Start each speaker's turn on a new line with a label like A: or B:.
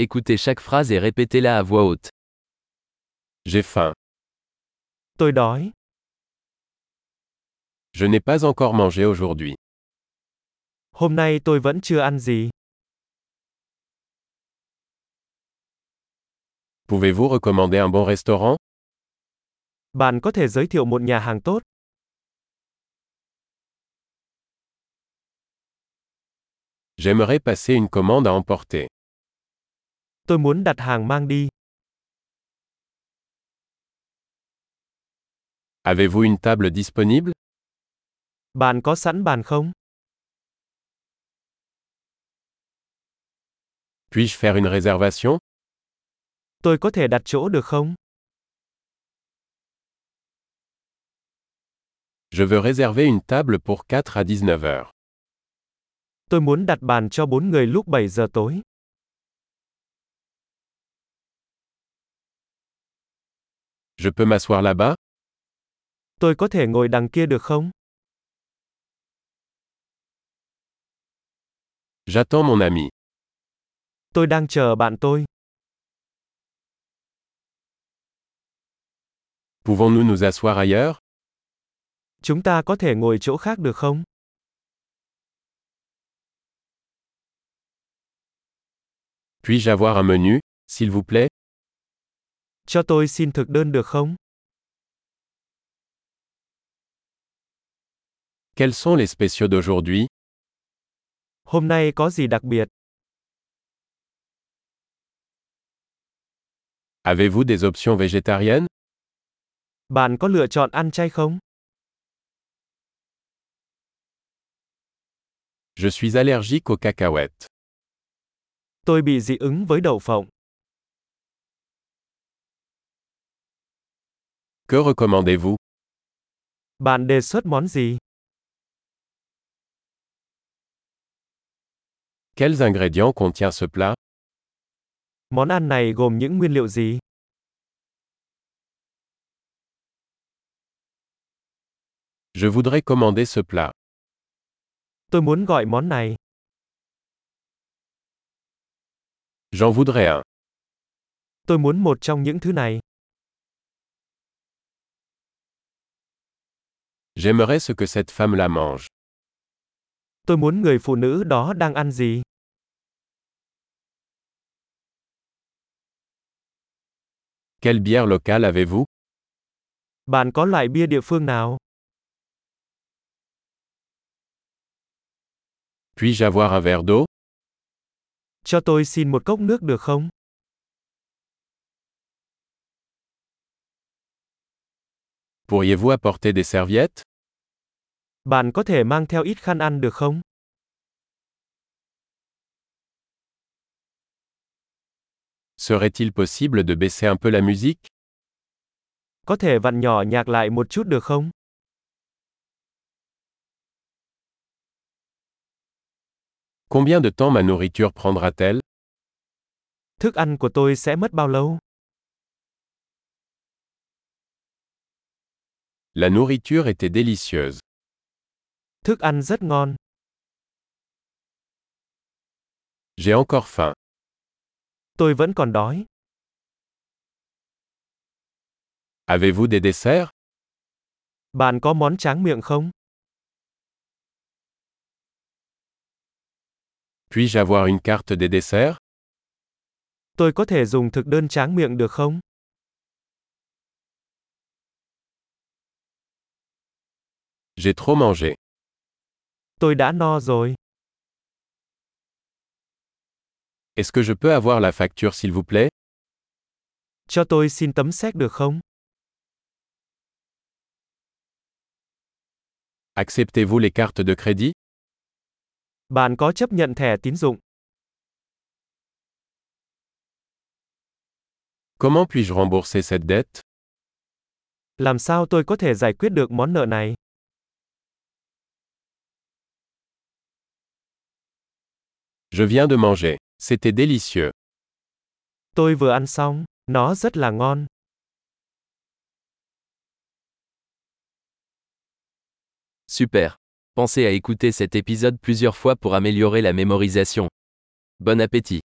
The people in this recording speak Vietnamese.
A: Écoutez chaque phrase et répétez-la à voix haute.
B: J'ai faim.
C: Tôi đói,
B: Je n'ai pas encore mangé aujourd'hui.
C: hôm nay tôi vẫn chưa ăn gì.
B: Pouvez-vous recommander un bon restaurant
C: Bạn có thể giới thiệu một nhà hàng tốt,
B: J'aimerais passer une commande à emporter.
C: tôi muốn đặt hàng mang đi.
B: Avez-vous une table disponible
C: Bạn có sẵn bàn không?
B: Puis-je faire une réservation
C: Tôi có thể đặt chỗ được không?
B: Je veux réserver une table pour 4 à 19 heures.
C: Tôi muốn đặt bàn cho 4 người lúc 7 giờ tối.
B: Je peux m'asseoir là-bas
C: Tôi có thể ngồi đằng kia được không?
B: J'attends mon ami.
C: Tôi đang chờ bạn tôi.
B: Pouvons-nous nous asseoir ailleurs
C: Chúng ta có thể ngồi chỗ khác được không?
B: Puis-je avoir un menu, s'il vous plaît
C: Cho tôi xin thực đơn được không?
B: Quels sont les spéciaux d'aujourd'hui
C: Hôm nay có gì đặc biệt?
B: Avez-vous des options végétariennes
C: Bạn có lựa chọn ăn chay không?
B: Je suis allergique aux cacahuètes.
C: Tôi bị dị ứng với đậu phộng.
B: Que recommandez-vous
C: Bạn đề xuất món gì?
B: Quels ingrédients contient ce plat
C: Món ăn này gồm những nguyên liệu gì?
B: Je voudrais commander ce plat.
C: Tôi muốn gọi món này.
B: J'en voudrais un.
C: Tôi muốn một trong những thứ này.
B: J'aimerais ce que cette femme la mange.
C: Tôi muốn người phụ nữ đó đang ăn gì.
B: Quelle bière locale avez-vous
C: Bạn có loại bia địa phương nào?
B: Puis-je avoir un verre d'eau
C: Cho tôi xin một cốc nước được không?
B: Pourriez-vous apporter des serviettes
C: Bạn có thể mang theo ít khăn ăn được không?
B: Serait-il possible de baisser un peu la musique
C: Có thể vặn nhỏ nhạc lại một chút được không?
B: Combien de temps ma nourriture prendra-t-elle
C: Thức ăn của tôi sẽ mất bao lâu?
B: La nourriture était délicieuse.
C: Thức ăn rất ngon.
B: J'ai encore faim.
C: Tôi vẫn còn đói.
B: Avez-vous des desserts
C: Bạn có món tráng miệng không?
B: Puis-je avoir une carte des desserts
C: Tôi có thể dùng thực đơn tráng miệng được không?
B: J'ai trop mangé.
C: Tôi đã no rồi.
B: Est-ce que je peux avoir la facture s'il vous plaît
C: Cho tôi xin tấm séc được không?
B: Acceptez-vous les cartes de crédit
C: Bạn có chấp nhận thẻ tín dụng?
B: Comment puis-je rembourser cette dette
C: Làm sao tôi có thể giải quyết được món nợ này?
B: Je viens de manger. C'était délicieux.
C: Tôi vừa ăn xong, nó rất là ngon.
A: Super. Pensez à écouter cet épisode plusieurs fois pour améliorer la mémorisation. Bon appétit.